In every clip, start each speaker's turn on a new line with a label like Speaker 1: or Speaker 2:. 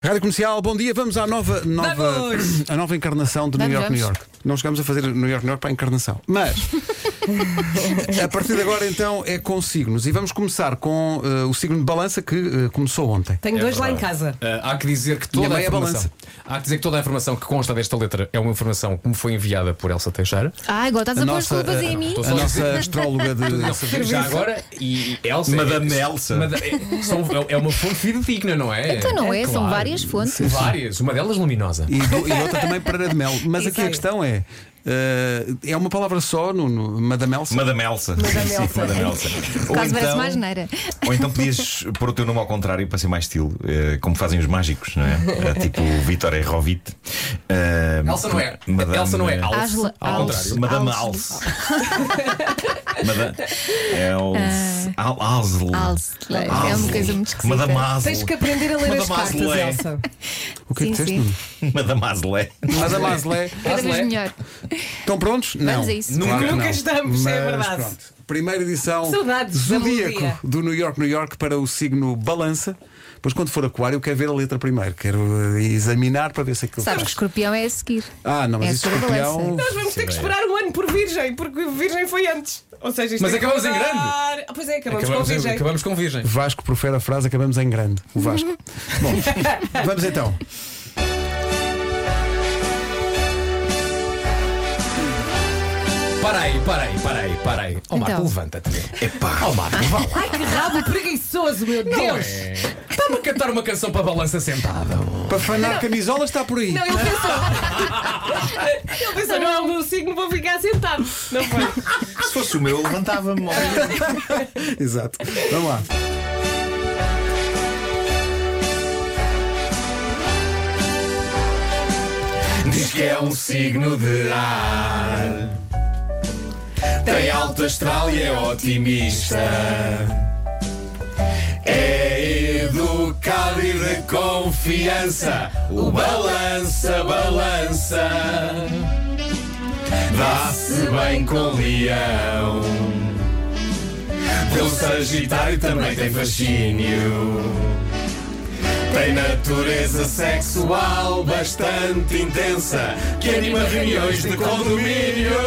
Speaker 1: Rádio Comercial, bom dia. Vamos à nova, nova,
Speaker 2: Vamos!
Speaker 1: a nova encarnação de New
Speaker 3: Vamos,
Speaker 1: York, New
Speaker 3: vamos.
Speaker 1: York. Não chegamos a fazer New York, New York para a encarnação. Mas, a partir de agora, então, é com signos. E vamos começar com eh, o signo de balança que eh, começou ontem.
Speaker 2: Tenho
Speaker 4: É
Speaker 2: dois lá em
Speaker 4: verdade.
Speaker 2: casa.
Speaker 4: Ah, há que dizer que
Speaker 1: Minha
Speaker 4: toda
Speaker 1: mãe
Speaker 4: a
Speaker 1: é
Speaker 4: informação. há que dizer que toda a informação que consta desta letra é uma informação que me foi enviada por Elsa Teixeira.
Speaker 3: Ah, agora estás a, pôr as
Speaker 1: nossa,
Speaker 3: culpas em
Speaker 1: eh,
Speaker 3: mim.
Speaker 4: Estou
Speaker 1: a
Speaker 4: só a
Speaker 1: nossa
Speaker 4: dizer.
Speaker 1: astróloga de.
Speaker 4: Já agora, e Elsa.
Speaker 5: Madame
Speaker 4: é,
Speaker 5: Elsa.
Speaker 4: Mada- é, são- é uma fonte fidedigna, não é?
Speaker 3: Então não é, são
Speaker 4: claro.
Speaker 3: várias fontes.
Speaker 4: Várias, uma delas luminosa.
Speaker 1: E, do- e outra também para de mel. Mas
Speaker 2: Isso
Speaker 1: aqui a
Speaker 2: aí.
Speaker 1: questão é: eh, é uma palavra só, Nuno? Madamelsa?
Speaker 5: Madamelsa. Sim, sim, Madamelsa. Ou então-
Speaker 3: Quase parece mais é? neira.
Speaker 5: ou então podias pôr o teu nome ao contrário para ser mais estilo, eh, como fazem os mágicos, não é? Eh, tipo o Vitor Errovit. Eh,
Speaker 4: Elsa não é.
Speaker 5: Madame-
Speaker 4: Elsa não é. Alce.
Speaker 3: Asla-
Speaker 4: Ao
Speaker 3: Alce.
Speaker 4: contrário.
Speaker 5: Madame
Speaker 3: Alce.
Speaker 5: Alce. Madame. Else. Al- Alzel.
Speaker 3: Alsler. Ah.
Speaker 5: Ah,
Speaker 3: É uma coisa muito esquisita.
Speaker 5: Madame
Speaker 2: Tens
Speaker 5: Alzel.
Speaker 2: que aprender a ler
Speaker 5: Mas
Speaker 2: as
Speaker 5: a
Speaker 2: cartas,
Speaker 5: Maslé.
Speaker 2: Elsa.
Speaker 1: O que é que
Speaker 3: Sim,
Speaker 1: disseste,
Speaker 3: sim.
Speaker 1: Nuno?
Speaker 5: Madame Azlé.
Speaker 1: Madamelsa.
Speaker 3: Cada vez
Speaker 4: Asla é-
Speaker 3: melhor.
Speaker 1: Estão prontos? Não.
Speaker 3: Vamos a isso.
Speaker 4: Nunca.
Speaker 1: que
Speaker 2: Nunca
Speaker 1: não.
Speaker 2: estamos, é verdade.
Speaker 1: Primeira edição
Speaker 2: Saudades da melodia.
Speaker 1: zodíaco do New York, New York para o signo balança. Pois quando for aquário, quero ver a letra primeiro. Quero eh, examinar para ver se aquilo
Speaker 3: Sabes que escorpião é a seguir.
Speaker 1: Ah, não, mas
Speaker 3: é
Speaker 1: isso
Speaker 3: sobre a
Speaker 1: escorpião.
Speaker 3: balança.
Speaker 2: Nós vamos ter que esperar um ano por Virgem, porque Virgem foi antes. Ou seja, isto
Speaker 4: é. Mas
Speaker 2: tem que
Speaker 4: acabamos em
Speaker 2: mudar.
Speaker 4: grande.
Speaker 2: Ah, Pois é, acabamos,
Speaker 4: Acabamos,
Speaker 2: com Virgem.
Speaker 4: acabamos com Virgem.
Speaker 1: Vasco profere a frase, acabamos em grande. O
Speaker 3: Uhum.
Speaker 1: Vasco. Bom, vamos então.
Speaker 4: Para aí, para aí, para aí, para aí. Ó Marco,
Speaker 3: Então.
Speaker 4: levanta-te. Epá. Ó Marco, vá lá.
Speaker 2: Ai, que rabo preguiçoso, meu Deus!
Speaker 4: É. Está-me a cantar uma canção para a balança sentada.
Speaker 1: Para fanar camisola está por aí.
Speaker 2: Não, ele pensou. ele pensou, não, o meu signo vou ficar sentado. Não foi.
Speaker 5: Ah, Se fosse o meu, levantava-me.
Speaker 1: Exato. Vamos lá.
Speaker 4: Diz que é um signo de ar. Tem alto astral e é otimista. É educado e de confiança. O balança, balança. Dá-se bem com leão. Pelo Sagitário também tem fascínio. Tem natureza sexual bastante intensa que anima reuniões de condomínio.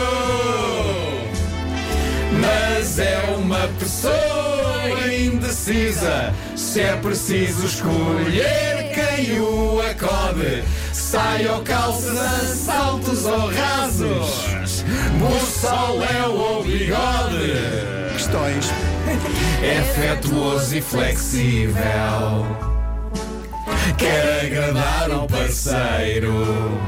Speaker 4: Mas é uma pessoa indecisa. Se é preciso escolher quem o acode, sai ou calça, saltos ou rasos, bussoléu ou bigode.
Speaker 1: Questões.
Speaker 4: É afetuoso e flexível. Quer agradar ao parceiro.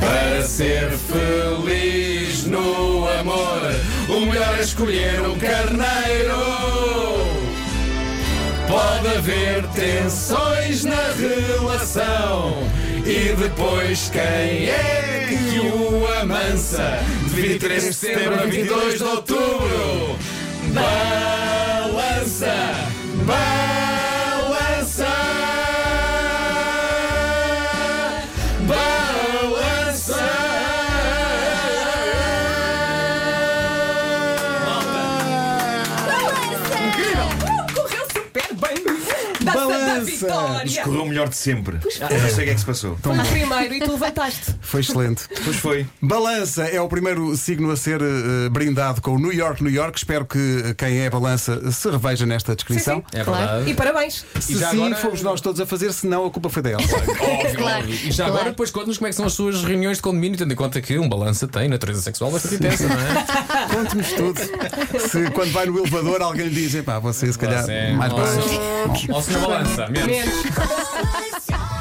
Speaker 4: Para ser feliz no amor, o melhor é escolher um carneiro. Pode haver tensões na relação. E depois quem é que o amansa? De 23 de setembro a 22 de outubro. Balança! Balança! Balança!
Speaker 2: Correu super bem. Da Santa
Speaker 1: Balança.
Speaker 2: Vitória.
Speaker 5: Correu o melhor de sempre. Eu não sei o que é que se passou.
Speaker 2: Foi o primeiro e tu levantaste.
Speaker 1: Foi excelente.
Speaker 5: Pois foi.
Speaker 1: Balança é o primeiro signo a ser eh, brindado com o New York, New York. Espero que quem é balança se reveja nesta descrição.
Speaker 2: sim.
Speaker 4: É
Speaker 3: Claro.
Speaker 2: E parabéns.
Speaker 1: Se
Speaker 4: E já
Speaker 1: sim,
Speaker 4: agora-
Speaker 1: fomos nós todos a fazer, se não, a culpa foi da Elsa.
Speaker 4: Óbvio,
Speaker 3: Claro,
Speaker 4: óbvio. E já
Speaker 3: claro.
Speaker 4: agora depois conta-nos como é que são as suas reuniões de condomínio, tendo em conta que um balança tem natureza sexual bastante intensa, não é?
Speaker 1: Conte-nos tudo. Se quando vai no elevador alguém lhe diz, pá, você se calhar
Speaker 4: Você-
Speaker 1: mais
Speaker 4: é, ou-
Speaker 1: balança.
Speaker 4: Ou se não balança, menos.
Speaker 2: Menos.
Speaker 6: Sunshine.